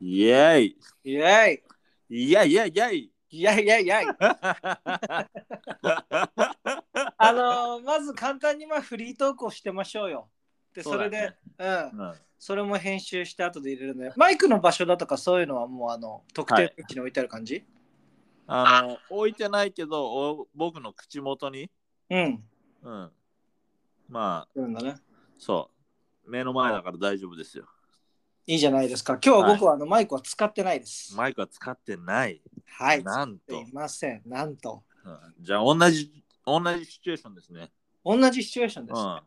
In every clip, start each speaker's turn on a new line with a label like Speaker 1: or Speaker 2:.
Speaker 1: イェイ
Speaker 2: イェイ
Speaker 1: イェイイェイイェイ
Speaker 2: いやいやいや あのーまず簡単にまあフリートークをしてましょうよ。で、それで、うん。それも編集して後で入れるので、マイクの場所だとかそういうのはもうあの、特定の位置に置いてある感じ、
Speaker 1: あの置いてないけどお僕の口元に、
Speaker 2: うん。
Speaker 1: うん、ま
Speaker 2: そうなんだね。
Speaker 1: あそう目の前だから大丈夫ですよ
Speaker 2: いいじゃないですか。今日は僕はあの、マイクは使ってないです。
Speaker 1: マイクは使ってない、
Speaker 2: はい。す
Speaker 1: なんと
Speaker 2: い、ません。なんと。
Speaker 1: うんじゃあ同じ同じシチュエーションですね、
Speaker 2: 同じシチュエーションで
Speaker 1: う
Speaker 2: す。
Speaker 1: ん、
Speaker 2: は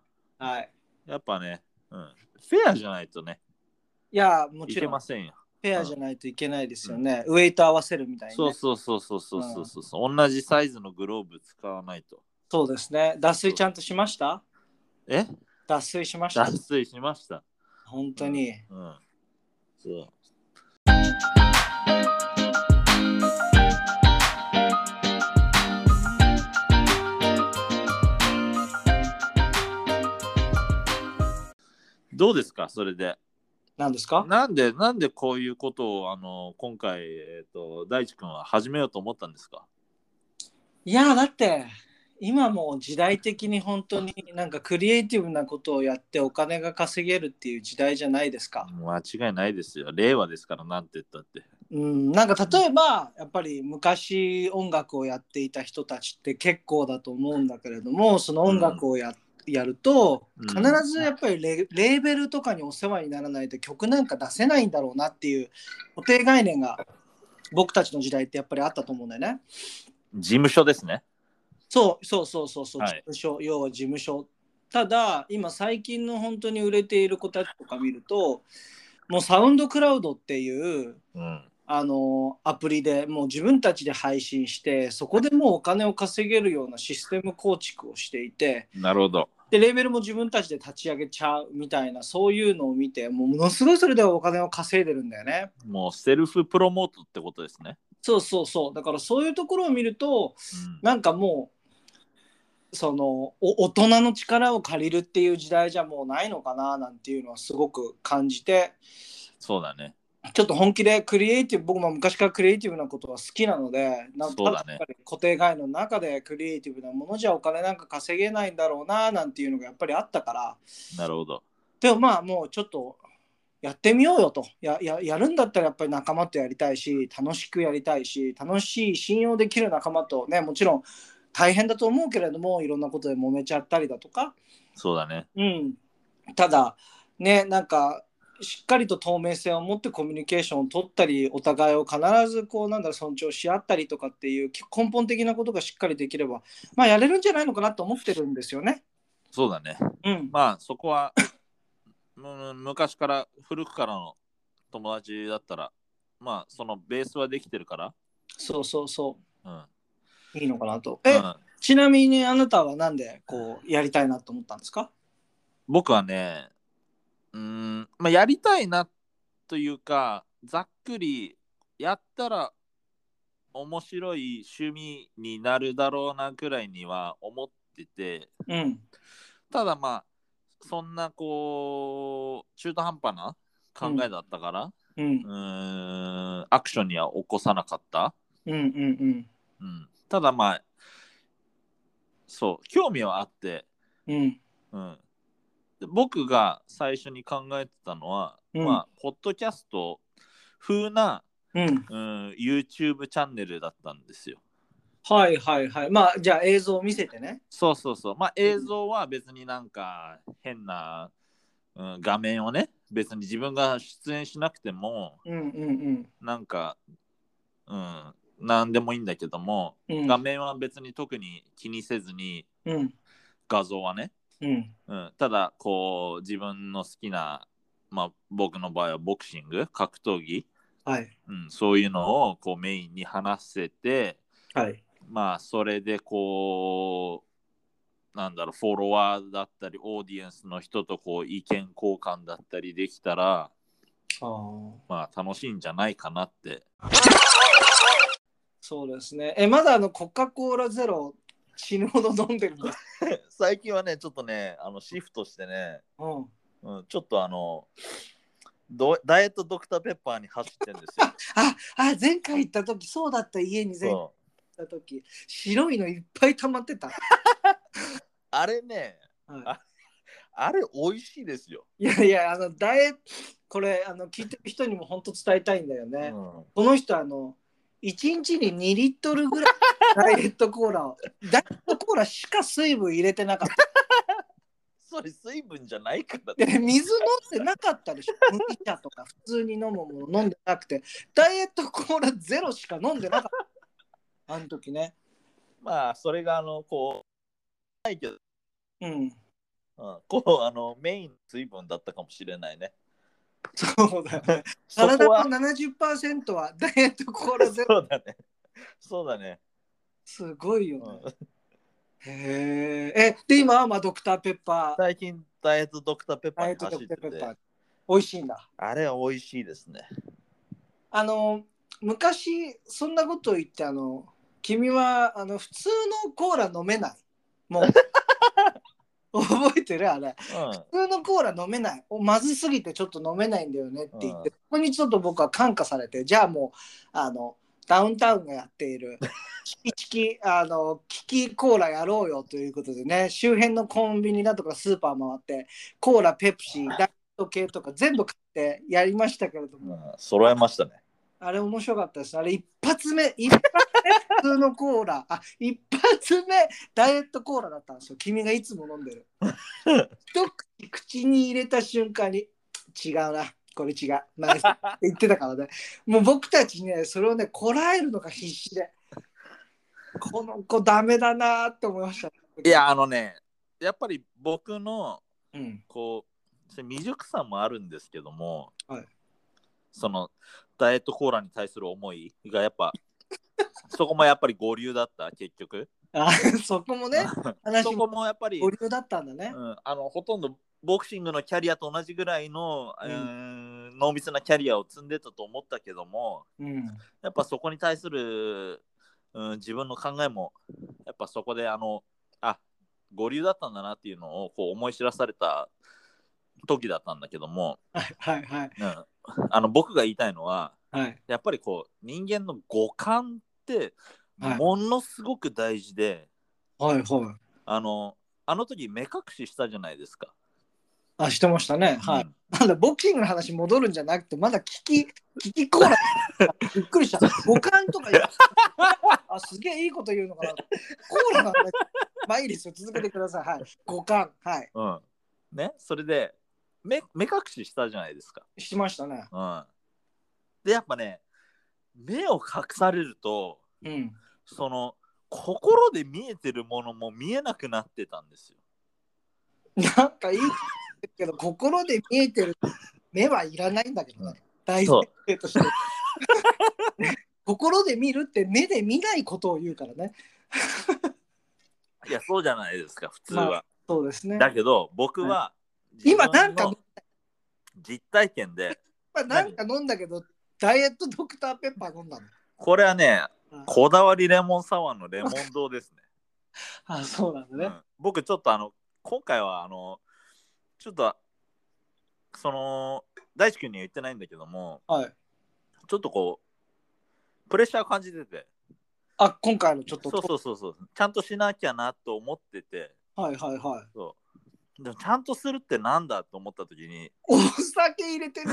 Speaker 2: い。
Speaker 1: やっぱね、うん、フェアじゃないとね
Speaker 2: いや、も
Speaker 1: い
Speaker 2: ち
Speaker 1: け
Speaker 2: ろん、
Speaker 1: ま
Speaker 2: フ
Speaker 1: せんよ
Speaker 2: ェアじゃないといけないですよね。ウェイト合わせるみたいに、ね。
Speaker 1: そうそうそうそうそうそうそうそう、同じサイズのグローブ使わないと
Speaker 2: そうですね。脱水ちゃんとしました
Speaker 1: え
Speaker 2: 脱水しました
Speaker 1: 脱。水しました
Speaker 2: 本当に。
Speaker 1: うんそうどうですかそれで
Speaker 2: 何ですか
Speaker 1: なんでなんでこういうことをあの今回、えー、と大地君は始めようと思ったんですか
Speaker 2: いや、だって、今もう時代的に本当になんかクリエイティブなことをやってお金が稼げるっていう時代じゃないですか。
Speaker 1: 間違いないですよ令和ですからなんて言ったって
Speaker 2: うん、なんか例えば、やっぱり昔音楽をやっていた人たちって結構だと思うんだけれども、その音楽をや,、やると、
Speaker 1: う
Speaker 2: 必
Speaker 1: ん
Speaker 2: ずやっぱりレレーベルとかにお世話にならないと曲なんか出せないんだろうなっていう固定概念が僕たちの時代ってやっぱりあったと思うんだよね。
Speaker 1: 事務所ですね
Speaker 2: そうそうそうそうそう、
Speaker 1: はい
Speaker 2: 事務所要は事務所ただ今最近の本当に売れている子たちとか見るともうサウンドクラウドっていう
Speaker 1: うん
Speaker 2: あのアプリでもう自分たちで配信してそこでもうお金を稼げるようなシステム構築をしていて
Speaker 1: なるほど
Speaker 2: でレーベルも自分たちで立ち上げちゃうみたいなそういうのを見てもうものすごいそれでお金を稼いでるんだよね。
Speaker 1: もうセルフプロモートってことですね、
Speaker 2: そうそうそうだからそういうところを見るとなんかもうそのお大人の力を借りるっていう時代じゃもうないのかななんていうのはすごく感じて
Speaker 1: そうだね
Speaker 2: ちょっと本気でクリエイティブ僕も昔からクリエイティブなことは好きなのでなん
Speaker 1: そうだ
Speaker 2: か
Speaker 1: ね
Speaker 2: やっぱり固定概念の中でクリエイティブなものじゃお金なんか稼げないんだろうななんていうのがやっぱりあったから
Speaker 1: なるほど
Speaker 2: でもまあもうちょっとやってみようよとやややるんだったらやっぱり仲間とやりたいし楽しくやりたいし楽しい信用できる仲間とねもちろん大変だと思うけれどもいろんなことで揉めちゃったりだとか、
Speaker 1: そうだね
Speaker 2: うん、ただねなんかしっかりと透明性を持ってコミュニケーションを取ったりお互いを必ずこうなんだろう尊重し合ったりとかっていう根本的なことがしっかりできればまあやれるんじゃないのかなと思ってるんですよね。
Speaker 1: そうだね
Speaker 2: うん、
Speaker 1: まあそこはうん昔から古くからの友達だったらまあそのベースはできてるから
Speaker 2: そうそうそ
Speaker 1: うん
Speaker 2: ういいのかなと。え、
Speaker 1: うん
Speaker 2: ちなみにあなたはなんでこうやりたいなと思ったんですか
Speaker 1: 僕はねうんまあやりたいなというかざっくりやったら面白い趣味になるだろうなくらいには思ってて
Speaker 2: うん
Speaker 1: ただまあそんなこう中途半端な考えだったから、
Speaker 2: うん
Speaker 1: うーんアクションには起こさなかった、
Speaker 2: うんうん
Speaker 1: うん、ただまあそう興味はあって、
Speaker 2: うんうん
Speaker 1: うん、で僕が最初に考えてたのは、
Speaker 2: うん
Speaker 1: まあポッドキャスト風な、
Speaker 2: うん
Speaker 1: うん、YouTube チャンネルだったんですよ
Speaker 2: はいはいはいまあじゃあ映像を見せてね
Speaker 1: そうそうそうまあ映像は別になんか変な、うん、画面をね別に自分が出演しなくても
Speaker 2: うんうん
Speaker 1: なんかうん何でもいいんだけども、
Speaker 2: うんうん
Speaker 1: 画面は別に特に気にせずに
Speaker 2: うん
Speaker 1: 画像はね、
Speaker 2: うん
Speaker 1: うん、ただこう自分の好きな、まあ、僕の場合はボクシング格闘技、
Speaker 2: はい
Speaker 1: うん、そういうのをこうメインに話せて
Speaker 2: はい
Speaker 1: まあそれでこうなんだろうフォロワーだったりオーディエンスの人とこう意見交換だったりできたら
Speaker 2: あー
Speaker 1: まあ楽しいんじゃないかなって
Speaker 2: そうですねえまだあのコカ・コーラゼロ死ぬほど飲んでるんです
Speaker 1: 最近はねちょっとねあのシフトしてね
Speaker 2: うん
Speaker 1: うん、ちょっとあのドダイエットドクターペッパーに走ってるんですよ。
Speaker 2: ああ前回行った時そうだった家に前回行っ
Speaker 1: そう
Speaker 2: た時白いのいっぱい溜まってた、は
Speaker 1: あれね、ああれ美味しいですよ。
Speaker 2: い、いやいやあのダイエットこれあの聞いてる人にも本当伝えたいんだよね、
Speaker 1: うん
Speaker 2: この人あの1日に2リットルぐらいダ イエットコーラをダイエットコーラしか水分入れてなかっ
Speaker 1: それ水分じゃないから。
Speaker 2: たで水飲んでなかったでしょ麦茶とか普通に飲むもの飲んでなくてダイエットコーラゼロしか飲んでなかったあの時ね
Speaker 1: まあ、それが、あの、こう、ないけど、
Speaker 2: うん
Speaker 1: うん、こう、あの、メインの水分だったかもしれないね。
Speaker 2: そうだよね
Speaker 1: そ
Speaker 2: 体
Speaker 1: こは、
Speaker 2: の70%はダイエットコーラゼロ
Speaker 1: そうだね。そうだね。
Speaker 2: すごいよね、
Speaker 1: うん
Speaker 2: へーえで今はまあドクターペッパー
Speaker 1: 最近、ダイエットドクターペッパ
Speaker 2: ダ
Speaker 1: ー
Speaker 2: イエッ
Speaker 1: に
Speaker 2: トド
Speaker 1: 走
Speaker 2: ク
Speaker 1: っ
Speaker 2: タ
Speaker 1: て
Speaker 2: ーペッ
Speaker 1: て
Speaker 2: パー、美味しいんだ
Speaker 1: あれ美味しいですね。
Speaker 2: あの昔そんなこと言ってあの君はあの普通のコーラ飲めないも う覚えてるあれ
Speaker 1: うん。
Speaker 2: 普通のコーラ飲めないおまずすぎてちょっと飲めないんだよねって言って、
Speaker 1: うん
Speaker 2: ここにちょっと僕は感化されてじゃあもうあのダウンタウンがやっているチキチキあのキキコーラやろうよということでね周辺のコンビニだとかスーパー回ってコーラペプシーダイエット系とか全部買ってやりましたけれども
Speaker 1: うん、揃えましたね。
Speaker 2: あれ面白かったです。あれ一発目、一発目普通のコーラ、あ、一発目ダイエットコーラだったんですよ。君がいつも飲んでる。一口口に入れた瞬間に、違うな、これ違う、ナイスって言ってたからね。もう僕たちね、それをね、こらえるのが必死で、この子ダメだなって思いました。
Speaker 1: い、や、あのね、やっぱり僕の、
Speaker 2: うん、
Speaker 1: こう、それ未熟さもあるんですけども、
Speaker 2: はい
Speaker 1: その、ダイエットコーラに対する思いがやっぱ、 そこもやっぱり合流だった、結局。
Speaker 2: あ そこもね、話
Speaker 1: そ
Speaker 2: も
Speaker 1: こもやっぱり、
Speaker 2: 保留だったん だね。
Speaker 1: うん、あのほとんどボクシングのキャリアと同じぐらいの、
Speaker 2: うん
Speaker 1: えー濃密なキャリアを積んでたと思ったけども
Speaker 2: うん、
Speaker 1: やっぱそこに対する、うん、自分の考えもやっぱそこであのあ五流だったんだなっていうのをこう思い知らされた時だったんだけども、
Speaker 2: はいはいはい
Speaker 1: うん、あの僕が言いたいのは
Speaker 2: はい。
Speaker 1: やっぱりこう人間の五感って
Speaker 2: はい
Speaker 1: ものすごく大事で、
Speaker 2: はいはい。
Speaker 1: あのあの時目隠ししたじゃないですか。
Speaker 2: あ、してましたね。はい。
Speaker 1: うん
Speaker 2: なんだボクシングの話戻るんじゃなくてまだ聞き聞きコ ーラびっくりした五感とか言うあすげえいいこと言うのかなコーラなんだマイリスを続けてくださいはい五感はい
Speaker 1: うん。ね、それで目目隠ししたじゃないですか。
Speaker 2: しましたね
Speaker 1: うん。で、やっぱね、目を隠されると、
Speaker 2: うん
Speaker 1: その、心で見えてるものも見えなくなってたんですよ。
Speaker 2: なんかいいけど心で見えてる目はいらないんだけどね、
Speaker 1: うん
Speaker 2: 大前提として 心で見るって目で見ないことを言うからね
Speaker 1: いや、そうじゃないですか、普通
Speaker 2: ま
Speaker 1: は。
Speaker 2: そうですね
Speaker 1: だけど、僕は、
Speaker 2: 今なん
Speaker 1: 自
Speaker 2: か
Speaker 1: 分の実体験で、
Speaker 2: まあなんか飲んだけどダイエットドクターペッパー飲んだの
Speaker 1: これはね
Speaker 2: うん、
Speaker 1: こだわりレモンサワーのレモン堂ですね。
Speaker 2: あそうなんだね、
Speaker 1: うん僕ちょっとあの今回はあのちょっとその大地君には言ってないんだけども
Speaker 2: はい
Speaker 1: ちょっとこうプレッシャー感じてて
Speaker 2: あ今回のちょっと
Speaker 1: そうそうそうそうちゃんとしなきゃなと思ってて
Speaker 2: はいはいはい
Speaker 1: そうでもちゃんとするってなんだと思った時に
Speaker 2: お酒入れてる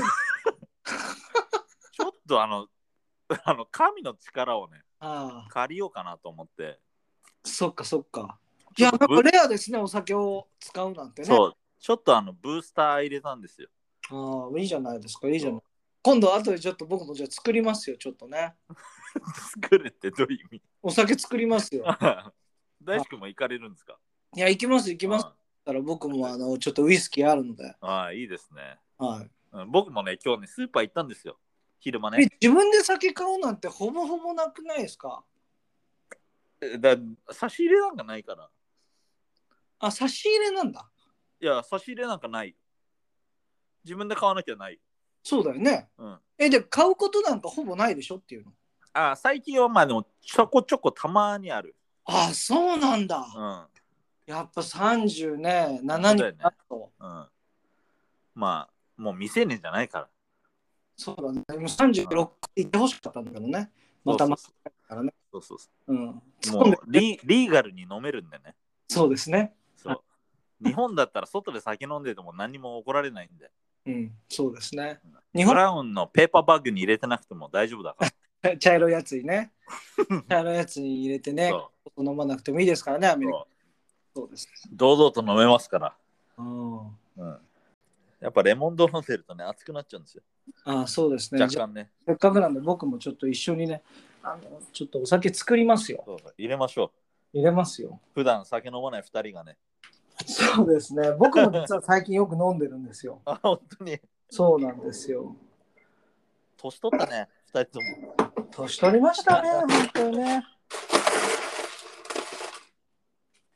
Speaker 1: ちょっとあの あの神の力をね
Speaker 2: ああ
Speaker 1: 借りようかなと思って
Speaker 2: そっかそっかい
Speaker 1: ちょ
Speaker 2: や
Speaker 1: っ
Speaker 2: な
Speaker 1: と
Speaker 2: んか
Speaker 1: ぶ
Speaker 2: レアですねお酒を使うなんてね
Speaker 1: そうちょっとあのブースター入れたんですよ
Speaker 2: ああいいじゃないですかいいじゃな
Speaker 1: そ
Speaker 2: い今度後でちょっと僕もじゃあ作りますよちょっとね
Speaker 1: 作るってどういう意味
Speaker 2: お酒作りますよ
Speaker 1: 大地君も行かれるんですか
Speaker 2: いや行きます行きます
Speaker 1: あ
Speaker 2: だから僕もあのちょっとウイスキーあるので、
Speaker 1: ああいいですね
Speaker 2: は
Speaker 1: うん、僕もね、今日ね、スーパー行ったんですよ。昼間
Speaker 2: い、え
Speaker 1: ね。
Speaker 2: 自分で酒買うなんてほぼほぼなくないですか
Speaker 1: だ差し入れなんかないから。
Speaker 2: あ差し入れなんだ
Speaker 1: いや、差し入れなんかない。自分で買わなきゃない。
Speaker 2: そうだよね
Speaker 1: うん。
Speaker 2: えで買うことなんかほぼないでしょっていうの
Speaker 1: あ最近はまあでも、ちょこちょこたまにある。
Speaker 2: ああそうなんだ、
Speaker 1: うん。
Speaker 2: やっぱ30ね、
Speaker 1: そうだ
Speaker 2: 7
Speaker 1: よ
Speaker 2: 人
Speaker 1: ね
Speaker 2: だと。
Speaker 1: うん。まあ、もう未成年じゃないから。
Speaker 2: そうだね。でも36いてほしかったんだけどね。またまたからね。
Speaker 1: そうそうそ
Speaker 2: うん。
Speaker 1: う。
Speaker 2: 突っ
Speaker 1: も
Speaker 2: 込んで
Speaker 1: うリリーガルに飲めるんでね。
Speaker 2: そうですね。
Speaker 1: そう。日本だったら外で酒飲んでても何にも怒られないんで。
Speaker 2: うん。そうですね。日
Speaker 1: ブ
Speaker 2: 本
Speaker 1: ラウンのペーパーバッグに入れてなくても大丈夫だから。
Speaker 2: 茶色いやつにね。茶色いやつに入れてね、
Speaker 1: そ
Speaker 2: 飲まなくてもいいですからね、ア
Speaker 1: う
Speaker 2: メリカ。
Speaker 1: そ
Speaker 2: そうです。
Speaker 1: う堂々と飲めますから。
Speaker 2: うん。
Speaker 1: うん。やっぱレモンド飲んでるとね、熱くなっちゃうんですよ。
Speaker 2: ああ、そうですね。
Speaker 1: 若
Speaker 2: じゃあ
Speaker 1: 干ね。
Speaker 2: せっかくなんで、僕もちょっと一緒にね、あのちょっとお酒作りますよ。
Speaker 1: そうそう入れましょ
Speaker 2: 入れますよ
Speaker 1: う。。普段酒飲まない2人がね。
Speaker 2: そうですね。僕も実は最近よく飲んでるんですよ。
Speaker 1: あ、本当に。
Speaker 2: そうなんですよ。
Speaker 1: 年取ったね、2人とも。
Speaker 2: 年取りましたね、本当にね。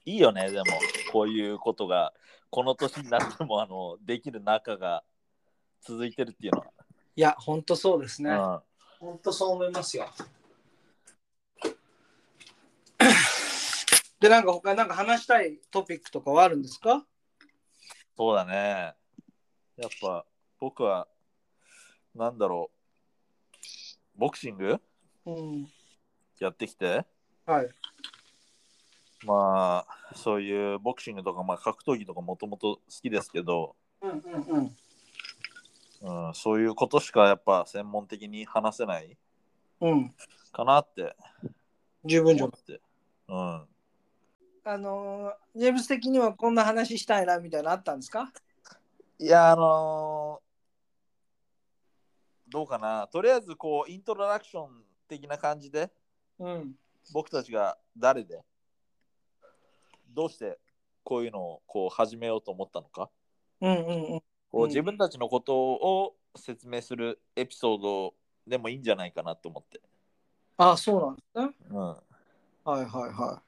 Speaker 1: いいよね、でも、こういうことが、この年になっても、あの、できる仲が続いてるっていうの
Speaker 2: いや、本当そうですね。
Speaker 1: は。
Speaker 2: 本当そう思いますよ。 で、なんか他なんか話したいトピックとかはあるんですか
Speaker 1: うん、そうだね。やっぱ、僕は、なんだろう、ボクシング
Speaker 2: うん。
Speaker 1: やってきて、
Speaker 2: はい。
Speaker 1: まあ、そういうボクシングとか、まあ、格闘技とかもともと好きですけど、
Speaker 2: うんうんうん。
Speaker 1: うん、そういうことしかやっぱ専門的に話せない
Speaker 2: うん。
Speaker 1: かなって
Speaker 2: 十分じ
Speaker 1: 思
Speaker 2: ゃん
Speaker 1: って。うん。
Speaker 2: あのー、ジェームス的にはこんな話したいなみたいなのあったんですか
Speaker 1: いや、あのーどうかな。とりあえず、こう、イントロダクション的な感じで、
Speaker 2: うん。
Speaker 1: 僕たちが誰で、どうしてこういうのをこう始めようと思ったのか、
Speaker 2: うんうんうん。
Speaker 1: こ
Speaker 2: う
Speaker 1: うん自分たちのことを説明するエピソードでもいいんじゃないかなと思って。
Speaker 2: ああ、そうなんですね。
Speaker 1: うん、
Speaker 2: はいはいは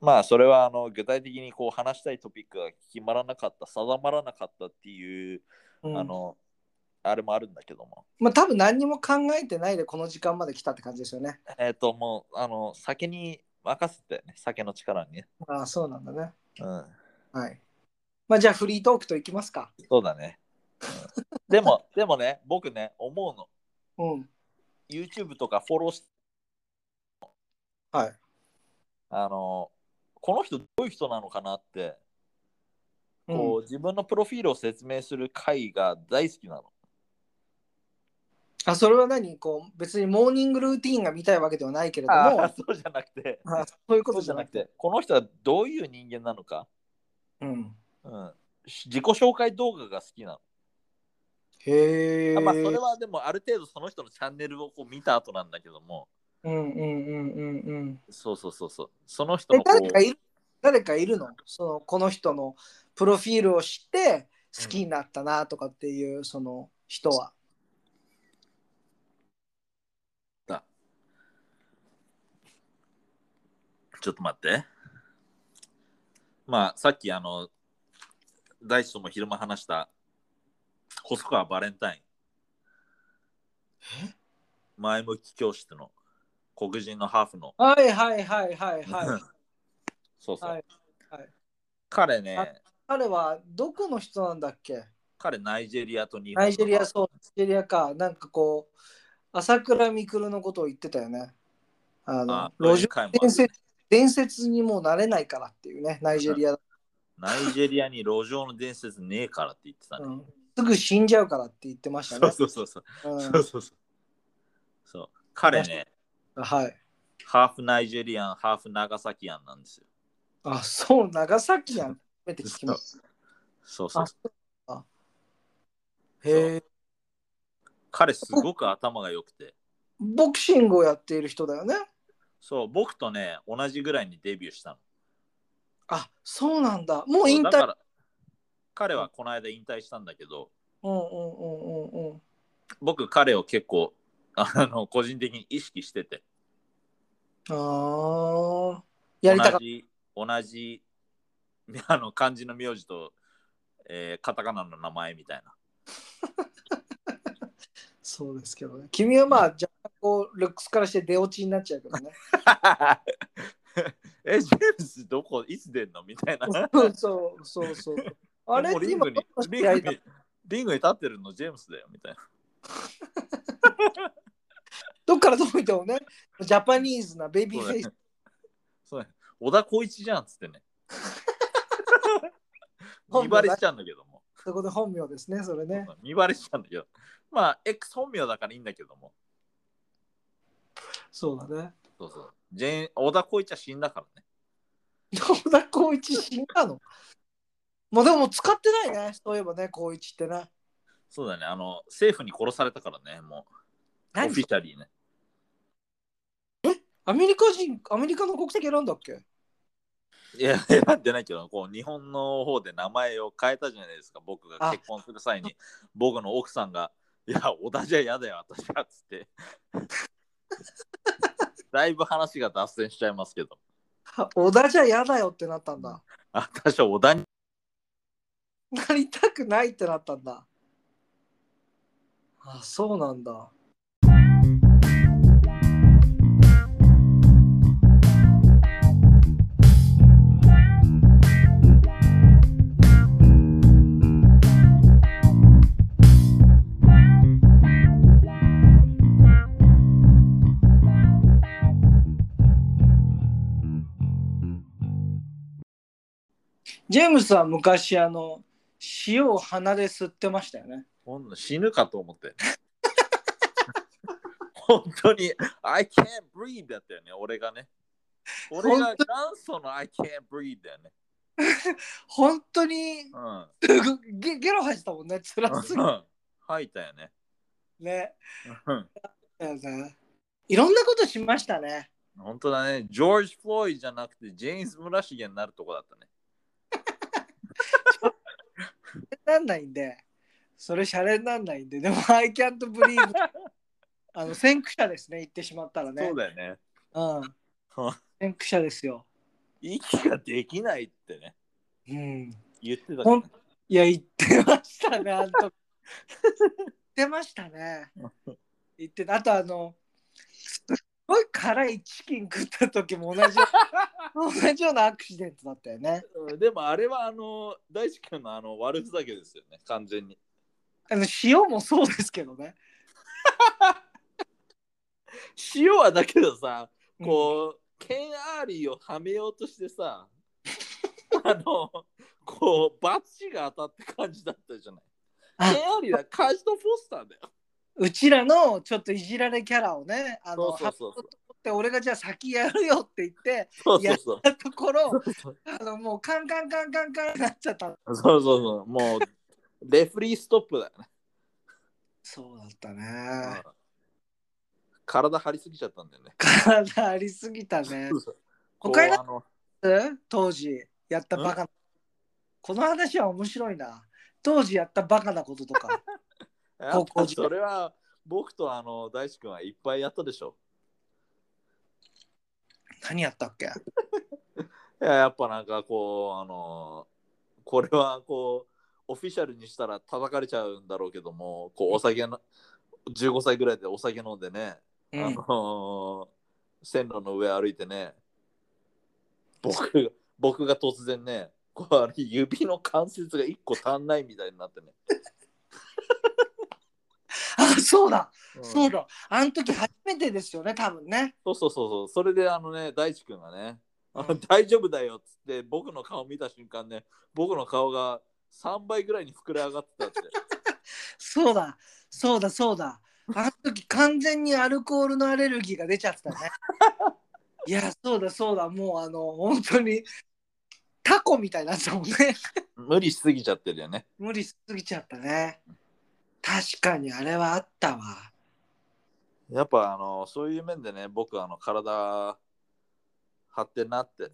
Speaker 1: まあ、それはあの具体的にこう話したいトピックが決まらなかった、定まらなかったっていう、
Speaker 2: い。うん、
Speaker 1: あの、あれもあるんだけども。
Speaker 2: まあ多分何にも考えてないでこの時間まで来たって感じですよね。
Speaker 1: えっ、と、もう、あの、酒に任せてね、酒の力にね。
Speaker 2: ああ、そうなんだね。
Speaker 1: うん。
Speaker 2: はい。まあじゃあフリートークといきますか。
Speaker 1: そうだね。うんで も、でもね、僕ね、思うの。
Speaker 2: うん。
Speaker 1: YouTube とかフォローし、
Speaker 2: はい。
Speaker 1: あの、この人どういう人なのかなって、こ
Speaker 2: こ
Speaker 1: う、自分のプロフィールを説明する回が大好きなの。
Speaker 2: うあそれは何こう別にモーニングルーティーンが見たいわけではないけれども
Speaker 1: ああ、 そうじゃなくて、
Speaker 2: あそういうこ
Speaker 1: そ
Speaker 2: と
Speaker 1: うじ
Speaker 2: じ
Speaker 1: ゃ
Speaker 2: ゃな
Speaker 1: な
Speaker 2: く
Speaker 1: く
Speaker 2: て。
Speaker 1: て、この人はどういう人間なのか、
Speaker 2: うん、
Speaker 1: うん、し自己紹介動画が好きなの。
Speaker 2: へえ。
Speaker 1: あまあ、それはでも、ある程度その人のチャンネルをこう見た後なんだけども、
Speaker 2: うんうんうんうんうん。
Speaker 1: そうそうそうそう。その人
Speaker 2: え
Speaker 1: のこ
Speaker 2: 誰
Speaker 1: う
Speaker 2: かいる誰かいるのそのこの人のプロフィールを知って好きになったなとかっていう、その人は。
Speaker 1: だちょっと待って。まあ、さっきあの、大地とも昼間話した、細川バレンタイン。前向き教室の黒人のハーフの。
Speaker 2: はいはいはいはいはい。
Speaker 1: そうそう。
Speaker 2: はいはい
Speaker 1: 彼ね、
Speaker 2: あ 彼はどこの人なんだっけ
Speaker 1: 彼ナイジェリアと日本。
Speaker 2: ナイジェリア、そう、ナイジェリアか。なんかこう、朝倉未来のことを言ってたよね。あの、
Speaker 1: あ
Speaker 2: 路上
Speaker 1: そういう回もある
Speaker 2: 伝説伝説にもうなれないからっていうね、ナイジェリア、
Speaker 1: ナイジェリアに路上の伝説ねえからって言ってた
Speaker 2: う
Speaker 1: ね。
Speaker 2: んすぐ死んじゃうからって言ってました
Speaker 1: そうそ
Speaker 2: ね。
Speaker 1: うそうそう。
Speaker 2: うん
Speaker 1: そうそうそう。そう彼ね、
Speaker 2: はい。
Speaker 1: ハーフナイジェリアン、ハーフ長崎アンなんですよ。
Speaker 2: あ、そう、長崎やん。初めて聞きました。
Speaker 1: そうそうそう。
Speaker 2: へえ。
Speaker 1: 彼すごく頭が良くて。
Speaker 2: ボクシングをやっている人だよね。
Speaker 1: そう、僕とね、同じぐらいにデビューしたの。
Speaker 2: あ、そうなんだ。もう引
Speaker 1: そうだ
Speaker 2: 退
Speaker 1: か。ら彼はこの間引退したんだけど、
Speaker 2: うんうんうんうんうん。
Speaker 1: 僕彼を結構、あの、個人的に意識してて。
Speaker 2: ああ。やりたか
Speaker 1: 同
Speaker 2: っ
Speaker 1: じ、同じ、 あの、漢字の名字と、えーカタカナの名前みたいな。
Speaker 2: た。そうですけどね。君はまあ、若干こう、ルックスからして出落ちになっちゃうけ どね。
Speaker 1: え、ジェームスどこ、いつ出んのみたいな。
Speaker 2: そうそうそうそう。あれ
Speaker 1: もうリン
Speaker 2: 今
Speaker 1: グに
Speaker 2: どこの
Speaker 1: リン
Speaker 2: 試合
Speaker 1: グ
Speaker 2: だ
Speaker 1: にリングに立ってるのジェームスだよみたいな。
Speaker 2: どっからどう見てもね、ジャパニーズなベビーフェイス。。
Speaker 1: そうや小田光一じゃんっつってね見バレしちゃうんだけども。
Speaker 2: そこで本名ですね、それね。
Speaker 1: 見バレしちゃうんだけど。まあ、X 本名だからいいんだけども。
Speaker 2: そうだね。
Speaker 1: そうそう。ジェーン小田光一は死んだからね。
Speaker 2: 野田光一死んだの まあでも使ってないね、そういえばね、光一ってね。
Speaker 1: そうだね。あの、政府に殺されたからね、もう。オフィシャリーね。
Speaker 2: アメリカ人、アメリカの国籍選んだっけ
Speaker 1: いや、選んでないけど、こう、日本の方で名前を変えたじゃないですか。僕が結婚する際に、僕の奥さんが、いや、小田じゃ嫌だよ、私は、つって。だいぶ話が脱線しちゃいますけど。
Speaker 2: あ小田じゃ嫌だよってなったんだ。
Speaker 1: 私は小田に、
Speaker 2: なりたくないってなったんだ。あ、そうなんだ。ジェームスは昔あの塩を鼻で吸ってましたよね。
Speaker 1: ほんの死ぬかと思って。本当に、I can't breathe だったよね、俺がね。俺が元祖の I can't breathe だよね。
Speaker 2: 本当に
Speaker 1: うん。
Speaker 2: ゲゲロ吐いてたもんね、辛すぎ
Speaker 1: うん吐いたよね。
Speaker 2: てね。
Speaker 1: うん
Speaker 2: だよねいろんなことしましたね。
Speaker 1: 本当だね。ジョージ・フロイドじゃなくて、ジェーンズ・ムラシゲになるとこだったね。
Speaker 2: なんないんで、それシャレになんないんで、でも I can't believe あの先駆者ですね、言ってしまったらね。
Speaker 1: そうだよね。
Speaker 2: うん、先駆者ですよ。
Speaker 1: 息ができないってね。
Speaker 2: うん、
Speaker 1: 言ってたから
Speaker 2: ほん
Speaker 1: ね。
Speaker 2: いや、言ってましたね、あの時言ってましたね。言ってたあとあの、すごい辛いチキン食った時も同じ同じようなアクシデントだったよね。
Speaker 1: うんでもあれはあの大地君のあの悪ふざけですよね、完全に。
Speaker 2: あの塩もそうですけどね。
Speaker 1: 塩はだけどさ、こう、ケン・アーリーをはめようとして さ、あの、こう、バチが当たった感じだったじゃない。
Speaker 2: あ
Speaker 1: ケン・アーリーはカジノ・フォスターだよ。
Speaker 2: うちらのちょっといじられキャラをね、あ
Speaker 1: そ
Speaker 2: の、
Speaker 1: うそうそうそう
Speaker 2: 発表と思って俺がじゃあ先やるよって言って、
Speaker 1: そう
Speaker 2: い
Speaker 1: そ
Speaker 2: や
Speaker 1: うそう。
Speaker 2: たところ、
Speaker 1: そうそう
Speaker 2: あのもうカンカンカンカンカンってなっちゃった。
Speaker 1: そうそう。もう、レフリーストップだよね。
Speaker 2: そうだったね。
Speaker 1: 体張りすぎちゃったんだよね。
Speaker 2: 体ありすぎ たね。他に
Speaker 1: こうあの
Speaker 2: 当時やったバカなこの話は面白いな当時やったバカなこととか
Speaker 1: や
Speaker 2: 高
Speaker 1: っ
Speaker 2: 校
Speaker 1: ぱ
Speaker 2: 時代
Speaker 1: それは僕とあの大地君はいっぱいやったでしょ。
Speaker 2: 何やったっけ
Speaker 1: いややっぱなんかこう、あのこれはこう、オフィシャルにしたら叩かれちゃうんだろうけども、こうお酒の15歳ぐらいでお酒飲んでね、
Speaker 2: う
Speaker 1: あ
Speaker 2: ん
Speaker 1: の線路の上歩いてね、僕が僕が突然ね、こうあれ指の関節が1個足んないみたいになってね。
Speaker 2: あそうだ、
Speaker 1: うん
Speaker 2: そうだあの時初めてですよね多分ね
Speaker 1: そうそうそうそう。それであのね、大地君がね、あの大丈夫だよっつって、僕の顔見た瞬間ね、僕の顔が3倍ぐらいに膨れ上がってたって。
Speaker 2: そうだそうだそうだあの時完全にアルコールのアレルギーが出ちゃってたねいやそうだそうだもうあの本当にタコみたいになってたもんね
Speaker 1: 無理しすぎちゃってるよね。
Speaker 2: 無理しすぎちゃったね確かにあれはあったわ
Speaker 1: やっぱあの、そういう面でね、僕あの、体張ってんなって。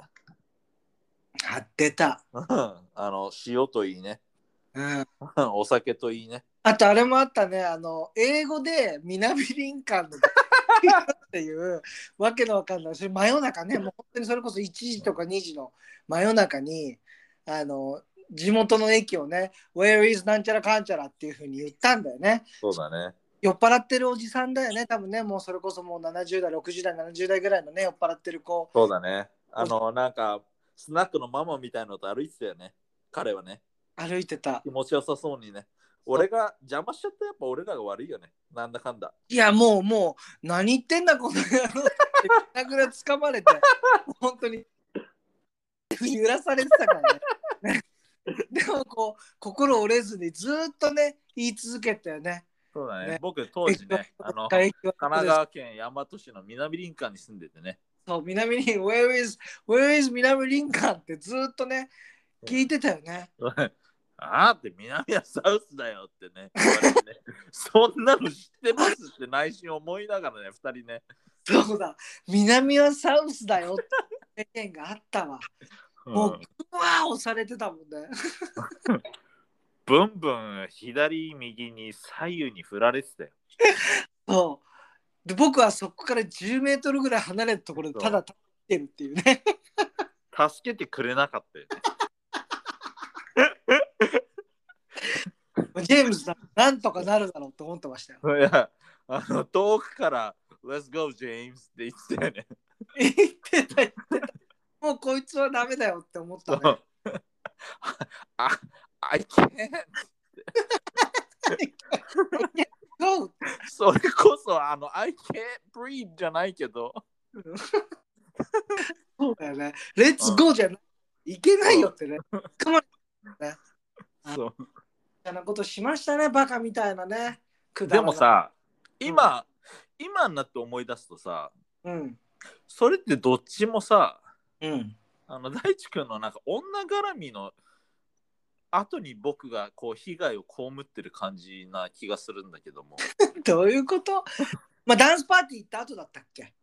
Speaker 2: 張ってた
Speaker 1: うんあの、塩といいね。
Speaker 2: うん
Speaker 1: うんお酒といいね。
Speaker 2: あとあれもあったね、あの英語で南林間の っていうわけのわかんない、それ真夜中ね、もう本当にそれこそ1時とか2時の真夜中に、あの地元の駅をね、Where is なんちゃらかんちゃらっていうふうに言ったんだよね。
Speaker 1: そうだね。
Speaker 2: 酔っ払ってるおじさんだよね、多分ね、もうそれこそもう70代、60代、70代ぐらいのね、酔っ払ってる子。
Speaker 1: そうだね。あの、なんか、スナックのママみたいのと歩いてたよね。彼はね、
Speaker 2: 歩いてた
Speaker 1: 気持ちよさそうにね。俺が邪魔しちゃったやっぱ俺らが悪いよね。なんだかんだ。
Speaker 2: いやもうもう何言ってんだこの野郎ってなぐらつかまれて本当に揺らされてたからね でもこう心折れずにずーっとね言い続けたよね
Speaker 1: そうだね。
Speaker 2: ね
Speaker 1: 僕当時ね、あの、神
Speaker 2: 唾液は
Speaker 1: 奈川県大和市の南林間に住んでてね。
Speaker 2: そう南に Where is Where is 南リンカンってずーっとね聞いてたよね
Speaker 1: あーって南はサウスだよってね。 言われてねそんなの知ってますって内心思いながらね、二人ね。
Speaker 2: そうだ南はサウスだよって意見があったわ
Speaker 1: うん
Speaker 2: もううわー押されてたもんね
Speaker 1: ブンブン左右に左右に振られてたよ。
Speaker 2: そうで僕はそこから10メートルぐらい離れたところで
Speaker 1: そう
Speaker 2: ただ立ってるっていうね
Speaker 1: 助けてくれなかったよね。
Speaker 2: ジェームズだなんとかなるだろうと思ってましたよ
Speaker 1: いや、あの、遠くから、Let's go, James って言ってたよね。
Speaker 2: 言ってた言ってたもうこいつはダメだよって思ったね
Speaker 1: あ、I can't.
Speaker 2: そう
Speaker 1: それこそ、あの、I can't breathe じゃないけど、
Speaker 2: そうだよねレッツゴーじゃないいけないよってね捕まれ
Speaker 1: そう
Speaker 2: たようなことしましたねバカみたいなねくだ
Speaker 1: で
Speaker 2: らない
Speaker 1: もさ、今、今になって思い出すとさ、
Speaker 2: うん
Speaker 1: それってどっちもさ、
Speaker 2: うん
Speaker 1: あの大地君のなんか女絡みの後に僕がこう被害を被ってる感じな気がするんだけども。
Speaker 2: どういうことまあダンスパーティー行った後だったっけ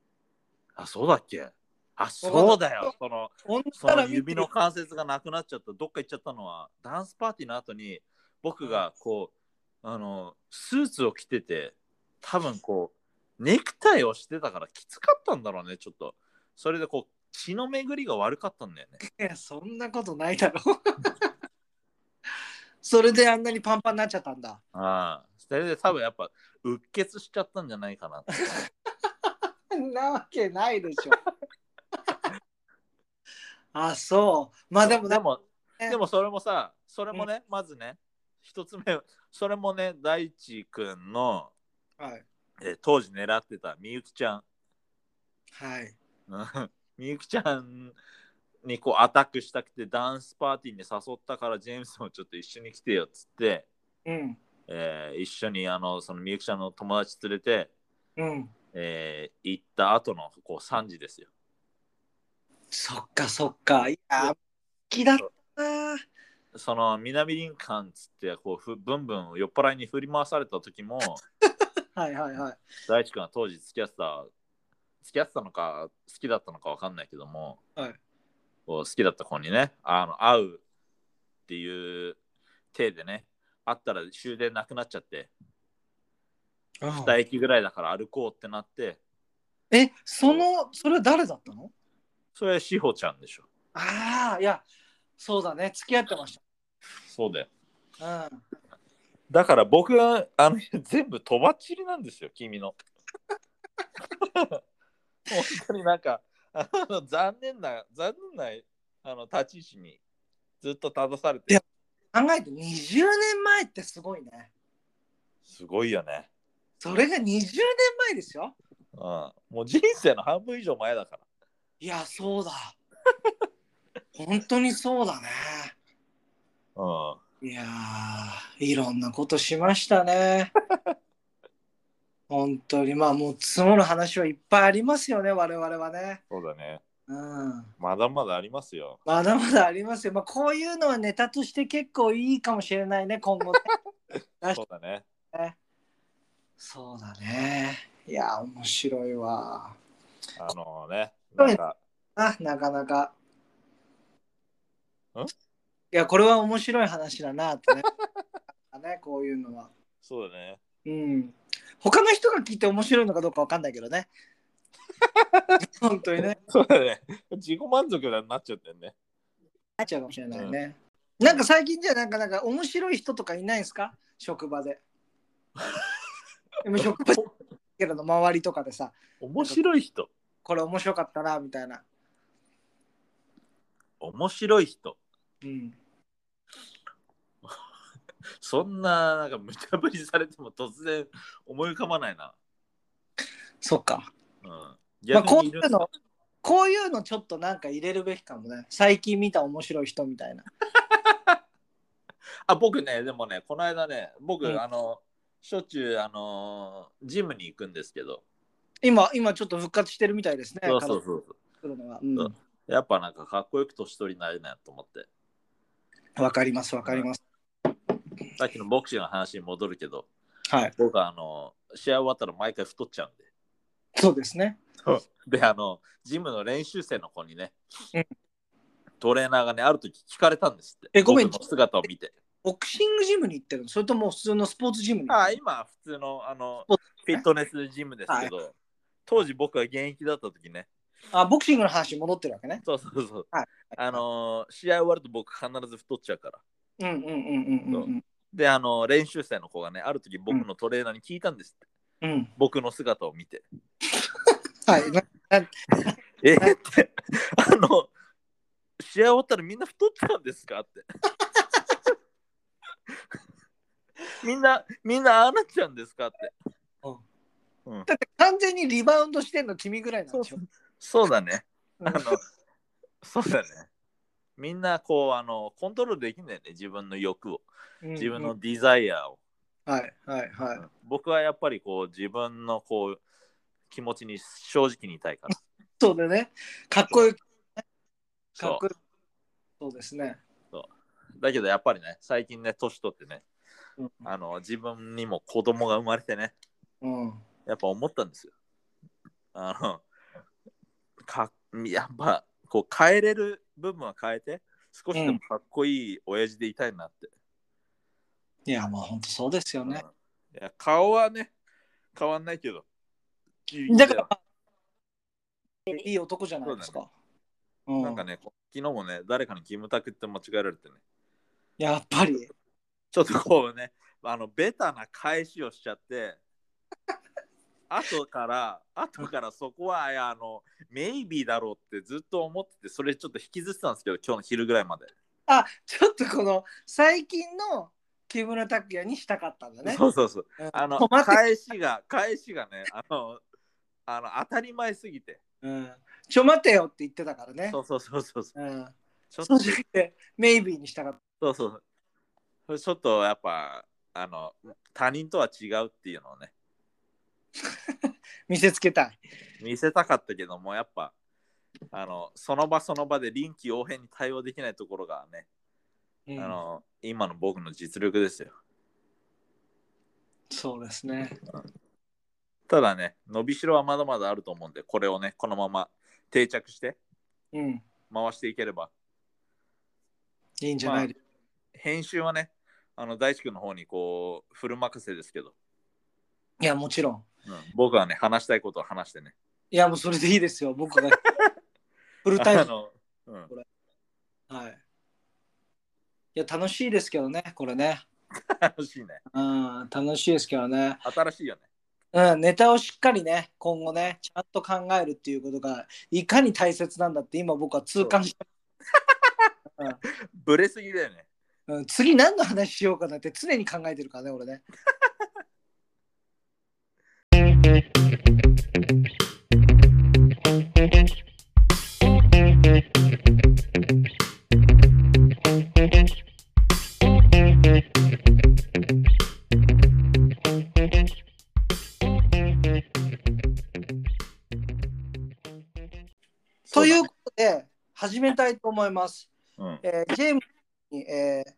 Speaker 1: あ、そうだっけあ、そうだよ。その
Speaker 2: 女
Speaker 1: そ
Speaker 2: か
Speaker 1: の
Speaker 2: ら見て
Speaker 1: 指の関節がなくなっちゃった、どっか行っちゃったのは、ダンスパーティーの後に僕がこう、あの、スーツを着てて、多分こう、ネクタイをしてたからきつかったんだろうね、ちょっと。それでこう、血の巡りが悪かったんだよね。
Speaker 2: いやそんなことないだろ それであんなにパンパンになっちゃったんだ
Speaker 1: ああ、それで多分やっぱ、うっ血しちゃったんじゃないかなって。
Speaker 2: なわけないでしょ あそうまあでも
Speaker 1: で
Speaker 2: でも
Speaker 1: も、
Speaker 2: ね
Speaker 1: でもそれもさ、それもね、まずね、一つ目、それもね、大地君の、
Speaker 2: はい、
Speaker 1: えー当時狙ってたみゆきちゃん。
Speaker 2: はい、
Speaker 1: うん みゆきちゃんにこうアタックしたくてダンスパーティーに誘ったからジェームスもちょっと一緒に来てよっつって、
Speaker 2: うん
Speaker 1: えー一緒にあのそのみゆきちゃんの友達連れて、
Speaker 2: うん
Speaker 1: えー行った後のこう3時ですよ。
Speaker 2: そっかそっかいや好きだったな
Speaker 1: その南林間つってこうふブンブン酔っ払いに振り回された時も
Speaker 2: はいはいはい
Speaker 1: 大地君は当時付き合ってた付き合ってたのか好きだったのかわかんないけども、
Speaker 2: はい
Speaker 1: こう好きだった子にねあの会うっていう体でね会ったら終電なくなっちゃって2駅ぐらいだから歩こうってなって
Speaker 2: えそのそれは誰だったの
Speaker 1: それは志保ちゃんでしょ
Speaker 2: ああいやそうだね付き合ってまし
Speaker 1: そうだよ
Speaker 2: たうん
Speaker 1: だから僕はあの 全部とばっちりなんですよ君の 本当になんかあの残念な残念なあの立ち位置にずっと立たされ
Speaker 2: いや
Speaker 1: て
Speaker 2: 考えて20年前ってすごいね
Speaker 1: すごいよね、
Speaker 2: それが20年前ですよ
Speaker 1: うん、もう人生の半分以上前だから
Speaker 2: いや、そうだ。 本当にそうだね。
Speaker 1: うん
Speaker 2: いやー、いろんなことしましたね。 本当に、まあもう積もる話はいっぱいありますよね、我々はね。
Speaker 1: そうだね
Speaker 2: うん。
Speaker 1: まだまだありますよ。
Speaker 2: まだまだありますよ。まあこういうのはネタとして結構いいかもしれないね、今後ね。
Speaker 1: そうだね。
Speaker 2: そうだね。いや、面白いわ。
Speaker 1: あのね、
Speaker 2: そ
Speaker 1: な
Speaker 2: うで
Speaker 1: ん
Speaker 2: す
Speaker 1: か、
Speaker 2: あ、なかなか。
Speaker 1: ん
Speaker 2: いや、これは面白い話だなってね。 ね、こういうのは。
Speaker 1: そうだね。
Speaker 2: うん。他の人が聞いて面白いのかどうかわかんないけど ね。本当にね。
Speaker 1: そうだね。自己満足になっちゃってんね。
Speaker 2: なっちゃうかもしれないね。なんか最近じゃなんかなんか面白い人とかいないんですか職場で。でも職場けどの周りとかでさ、
Speaker 1: 面白い人。
Speaker 2: これ面白かったなみたいな。
Speaker 1: 面白い人。
Speaker 2: うん。
Speaker 1: そんな、なんか無茶ぶりされても突然思い浮かばないな。
Speaker 2: そっか。
Speaker 1: うん。
Speaker 2: まあ、
Speaker 1: 逆
Speaker 2: こう
Speaker 1: に
Speaker 2: い
Speaker 1: いる
Speaker 2: うの、こういうのちょっとなんか入れるべきかもね。最近見た面白い人みたいな。
Speaker 1: あ、僕ね、でもね、この間ね、僕、
Speaker 2: うん
Speaker 1: あの、しょっちゅう、あのージムに行くんですけど、
Speaker 2: 今、今ちょっと復活してるみたいですね。
Speaker 1: そうそうそう。
Speaker 2: 体作るのがうん。
Speaker 1: やっぱなんかかっこよく年取りになれないと思って。
Speaker 2: わかります、わかります。
Speaker 1: さっきのボクシングの話に戻るけど、
Speaker 2: はい。
Speaker 1: 僕はあの、試合終わったら毎回太っちゃうんで。
Speaker 2: そうですね。
Speaker 1: で、あの、ジムの練習生の子にね、
Speaker 2: うん
Speaker 1: トレーナーがね、ある時聞かれたんですって。
Speaker 2: えごめん
Speaker 1: 僕の姿を見て。
Speaker 2: ボクシングジムに行ってるのそれとも普通のスポーツジムに
Speaker 1: あ、今、普通の、あの
Speaker 2: スポー、
Speaker 1: フィットネスジムですけど、当時僕が現役だった時ね、
Speaker 2: あ、ボクシングの話に戻ってるわけね。
Speaker 1: そうそうそう、
Speaker 2: はい
Speaker 1: あのー試合終わると僕必ず太っちゃうから。
Speaker 2: うんうんうんうんうん
Speaker 1: で、あのー練習生の子がね、ある時僕のトレーナーに聞いたんですって。
Speaker 2: うん。うん。
Speaker 1: 僕の姿を見て。
Speaker 2: はい。な
Speaker 1: えーって、あの、試合終わったらみんな太っちゃうんですかって。みんな、みんなああなっちゃうんですかって。
Speaker 2: 完全にリバウンドしてんの君ぐらいなんでしょ。
Speaker 1: そうだね。
Speaker 2: うん
Speaker 1: あの、そうだね。みんなこう、あの、コントロールできんだよね、自分の欲を、自分
Speaker 2: うんう
Speaker 1: のデザイアを。
Speaker 2: ん。はいはいはい。
Speaker 1: 僕はやっぱりこう、自分のこう、気持ちに正直にいたいから。
Speaker 2: そうだね。かっこよく、か
Speaker 1: そ
Speaker 2: っこよく。そうですね。
Speaker 1: う。だけどやっぱりね、最近ね、年取ってね、
Speaker 2: うん
Speaker 1: あの、自分にも子供が生まれてね、
Speaker 2: うん。
Speaker 1: やっぱ思ったんですよ。あの、かやっぱこう変えれる部分は変えて、少しでもかっこいい親父でいたいなって。
Speaker 2: いや、まあ本当そうですよね。
Speaker 1: うんいや顔はね、変わんないけど。
Speaker 2: だから、いい男じゃないですか。う
Speaker 1: なんかね、こう昨日もね、誰かにキムタクって間違えられてね、
Speaker 2: やっぱり。
Speaker 1: ちょっとこうね、あの、ベタな返しをしちゃ って、後から、後からそこは、いやあの、メイビーだろうってずっと思ってて、それちょっと引きずってたんですけど、今日の昼ぐらいまで。
Speaker 2: あ、ちょっとこの最近の木村拓哉にしたかったんだね。
Speaker 1: そうそうそう。
Speaker 2: うん
Speaker 1: あ の
Speaker 2: 止まって
Speaker 1: 返しが返しがねあのあの当たり前すぎて
Speaker 2: うんちょ待てよって言ってたからね
Speaker 1: そ。うそうそうそうそう
Speaker 2: うん。
Speaker 1: ちょっ
Speaker 2: そ
Speaker 1: と
Speaker 2: うじゃなくて、メイビーにしたかった。
Speaker 1: そうそうそうちょっとやっぱあの他人とは違うっていうのをね
Speaker 2: 見せつけたい。
Speaker 1: 見せたかったけどもやっぱあのその場その場で臨機応変に対応できないところがね、
Speaker 2: うん
Speaker 1: あの今の僕の実力ですよ
Speaker 2: そうですね。
Speaker 1: ただね伸びしろはまだまだあると思うんでこれをねこのまま定着して
Speaker 2: うん。
Speaker 1: 回していければ
Speaker 2: いいんじゃないで
Speaker 1: 編集はねあの大地君の方にこうフル任せですけど、
Speaker 2: いや、もちろん。
Speaker 1: 僕はね話したいことを話してね
Speaker 2: いや、もうそれでいいですよ。僕 が。フルタイ
Speaker 1: あ
Speaker 2: ム。
Speaker 1: の、うん、
Speaker 2: はい。いや、楽しいですけどね、これね。
Speaker 1: 楽しいね
Speaker 2: うん、楽しいですけどね。
Speaker 1: 新しいよね
Speaker 2: うん、ネタをしっかりね、今後ね、ちゃんと考えるっていうことが、いかに大切なんだって、今僕は痛感して、
Speaker 1: ブレすぎだよね
Speaker 2: うん、次何の話しようかなって常に考えてるからね、俺ね。ということで、始めたいと思います。
Speaker 1: そうだね、
Speaker 2: えーゲームに、えー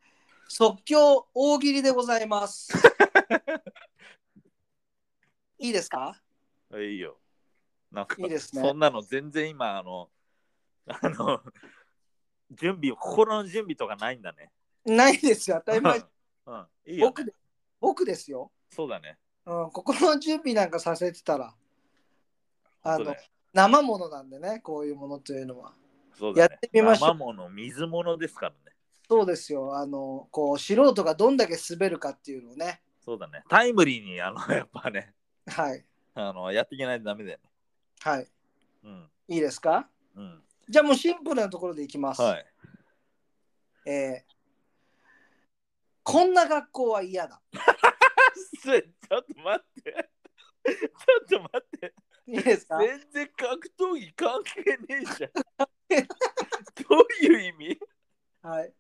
Speaker 2: 即興大喜利でござい ます。いいですか
Speaker 1: うん、いいよなんか
Speaker 2: いいですね
Speaker 1: そんなの全然今あのあの準備心の準備とかないんだね
Speaker 2: ないですよ、当たり前。
Speaker 1: うん、いいよ、
Speaker 2: 僕
Speaker 1: ね、
Speaker 2: で僕ですよ、
Speaker 1: そうだね
Speaker 2: うん。心の準備なんかさせてたら、あ
Speaker 1: そうだ
Speaker 2: の
Speaker 1: ね
Speaker 2: 生ものなんでね、こういうものというのは。
Speaker 1: そうだね
Speaker 2: やってみましょう
Speaker 1: 生もの水物ですからね
Speaker 2: そうですよ、あのこう素人がどんだけ滑るかっていうのをね、
Speaker 1: そうだねタイムリーにあのやっぱね
Speaker 2: はい、
Speaker 1: あのやっていけないとダメだよね
Speaker 2: はい、
Speaker 1: うん
Speaker 2: いいですか
Speaker 1: うん
Speaker 2: じゃあもうシンプルなところでいきます。
Speaker 1: はい
Speaker 2: えーこんな学校は嫌だ。
Speaker 1: ちょっと待って。ちょっと待って。
Speaker 2: いいですか
Speaker 1: 全然格闘技関係ねえじゃ ん。どういう意味
Speaker 2: はい。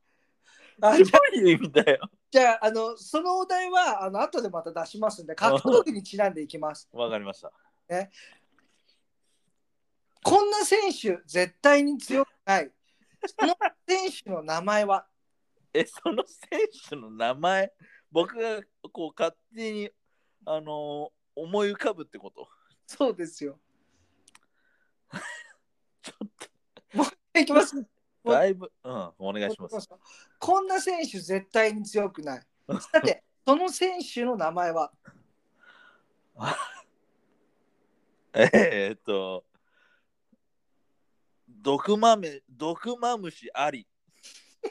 Speaker 1: ど
Speaker 2: あじゃあ
Speaker 1: ういう意味だよ。
Speaker 2: じゃああの、そのお題はあの後でまた出しますんで、格闘技にちなんでいきます。
Speaker 1: わかりました。
Speaker 2: こんな選手、絶対に強くない。その選手の名前は
Speaker 1: え、その選手の名前、僕がこう勝手に、あのー思い浮かぶってこと
Speaker 2: そうですよ。
Speaker 1: ちょっ
Speaker 2: いきます。
Speaker 1: と、だいぶ、うん、お願いします。
Speaker 2: こんな選手絶対に強くない。さて、その選手の名前は
Speaker 1: えーっと、毒豆、毒マムシあり。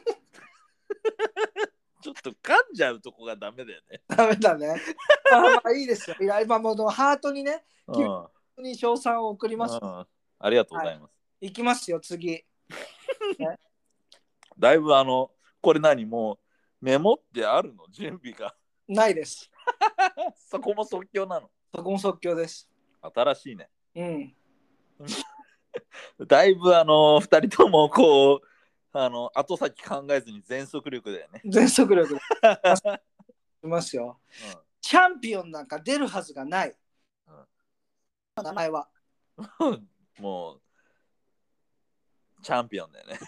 Speaker 1: ちょっと噛んじゃうとこがダメだよね。
Speaker 2: ダメだね。あまあいいですよ。いや今もうハートにね、
Speaker 1: うん
Speaker 2: 本当に賞賛を送ります。
Speaker 1: うんありがとうございます。
Speaker 2: いきますよ、次。
Speaker 1: だいぶあの、これ何もうメモってあるの準備が。
Speaker 2: ないです。
Speaker 1: そこも即興なの。
Speaker 2: そこも即興です。
Speaker 1: 新しいね。
Speaker 2: うん。
Speaker 1: だいぶあの、二人ともこう、あの、後先考えずに全速力だよね。
Speaker 2: 全速力で。いきますよ。
Speaker 1: うん
Speaker 2: チャンピオンなんか出るはずがない。名前は
Speaker 1: もう、チャンピオンだよね。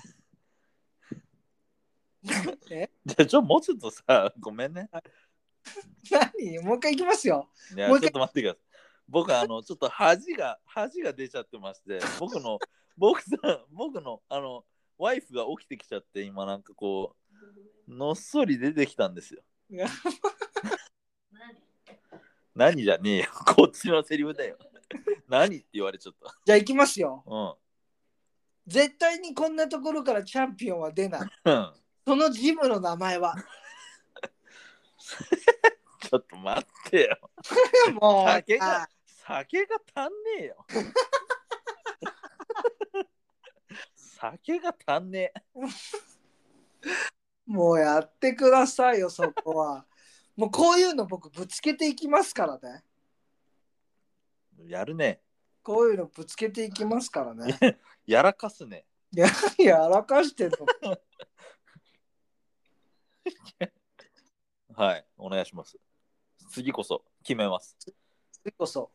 Speaker 2: え
Speaker 1: じゃあ、ちょ、もうちょっとさ、 ごめんね。
Speaker 2: 何もう一回いきますよ。
Speaker 1: いや、ち
Speaker 2: も
Speaker 1: ょ
Speaker 2: う
Speaker 1: っ
Speaker 2: 一回
Speaker 1: と待ってください。僕、あ の、ちょっと恥が、恥が出ちゃってまして、僕の、 僕さ、僕の、あの、ワイフが起きてきちゃって、今なんかこう、のっそり出てきたんですよ
Speaker 2: いや。
Speaker 1: 何じゃねえよ。 こっちのセリフだよ。 何って言われちゃっ
Speaker 2: じゃあいきますよ。
Speaker 1: た。
Speaker 2: 絶対にこんなところからチャンピオンは出ない。
Speaker 1: うん。
Speaker 2: そのジムの名 前は
Speaker 1: ちょっと待ってよ。
Speaker 2: もう
Speaker 1: 酒が
Speaker 2: あ
Speaker 1: 酒が足んねえよ。酒が足んねえ。
Speaker 2: もうやってくださいよそこは もうこういうの僕ぶつけていきますからね
Speaker 1: やるね。
Speaker 2: こういうのぶつけていきますからね
Speaker 1: やらかすね。
Speaker 2: やらかしてんの
Speaker 1: はい、お願いします。次こそ決めます。
Speaker 2: 次こそ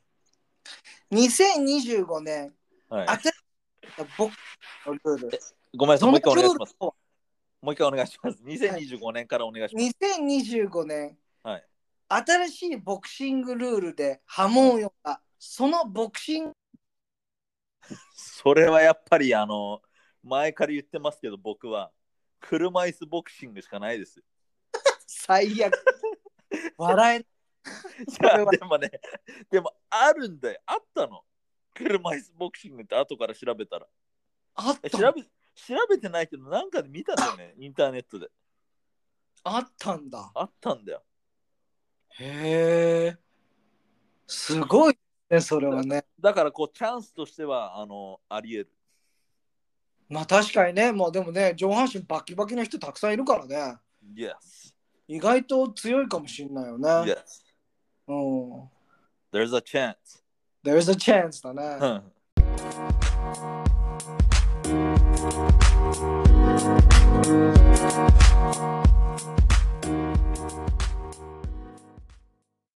Speaker 2: 2025年
Speaker 1: はい、
Speaker 2: 新しい僕のルール
Speaker 1: ごめんなさい、もう一回お
Speaker 2: ル
Speaker 1: 願いし
Speaker 2: ール
Speaker 1: ます。もう一回お願いします。2025年からお願いします。
Speaker 2: 2025年、
Speaker 1: はい
Speaker 2: 新しいボクシングルールで波紋を呼んだそのボクシング
Speaker 1: それはやっぱりあの、前から言ってますけど、僕は車椅子ボクシングしかない です。
Speaker 2: 最 悪笑えない
Speaker 1: い
Speaker 2: それ
Speaker 1: や
Speaker 2: は
Speaker 1: でもね、でもあるんだよ。あったの。車椅子ボクシングって後から調べたら。
Speaker 2: あっ
Speaker 1: え
Speaker 2: た
Speaker 1: 調
Speaker 2: の
Speaker 1: べ調べてないけど、なんかで見たんだよ ね、インターネットで。
Speaker 2: あったんだ
Speaker 1: あったんだよ。
Speaker 2: へえ。すごいね、それはね。
Speaker 1: だからこう、チャンスとしては、あの、あり得る。
Speaker 2: まあ確かにね、もうでもね、上半身バキバキな人たくさんいるからね。
Speaker 1: Yes.
Speaker 2: 意外と強いかもしれないよね。
Speaker 1: Yes.
Speaker 2: うん。
Speaker 1: There's a chance.
Speaker 2: There's a chance だね。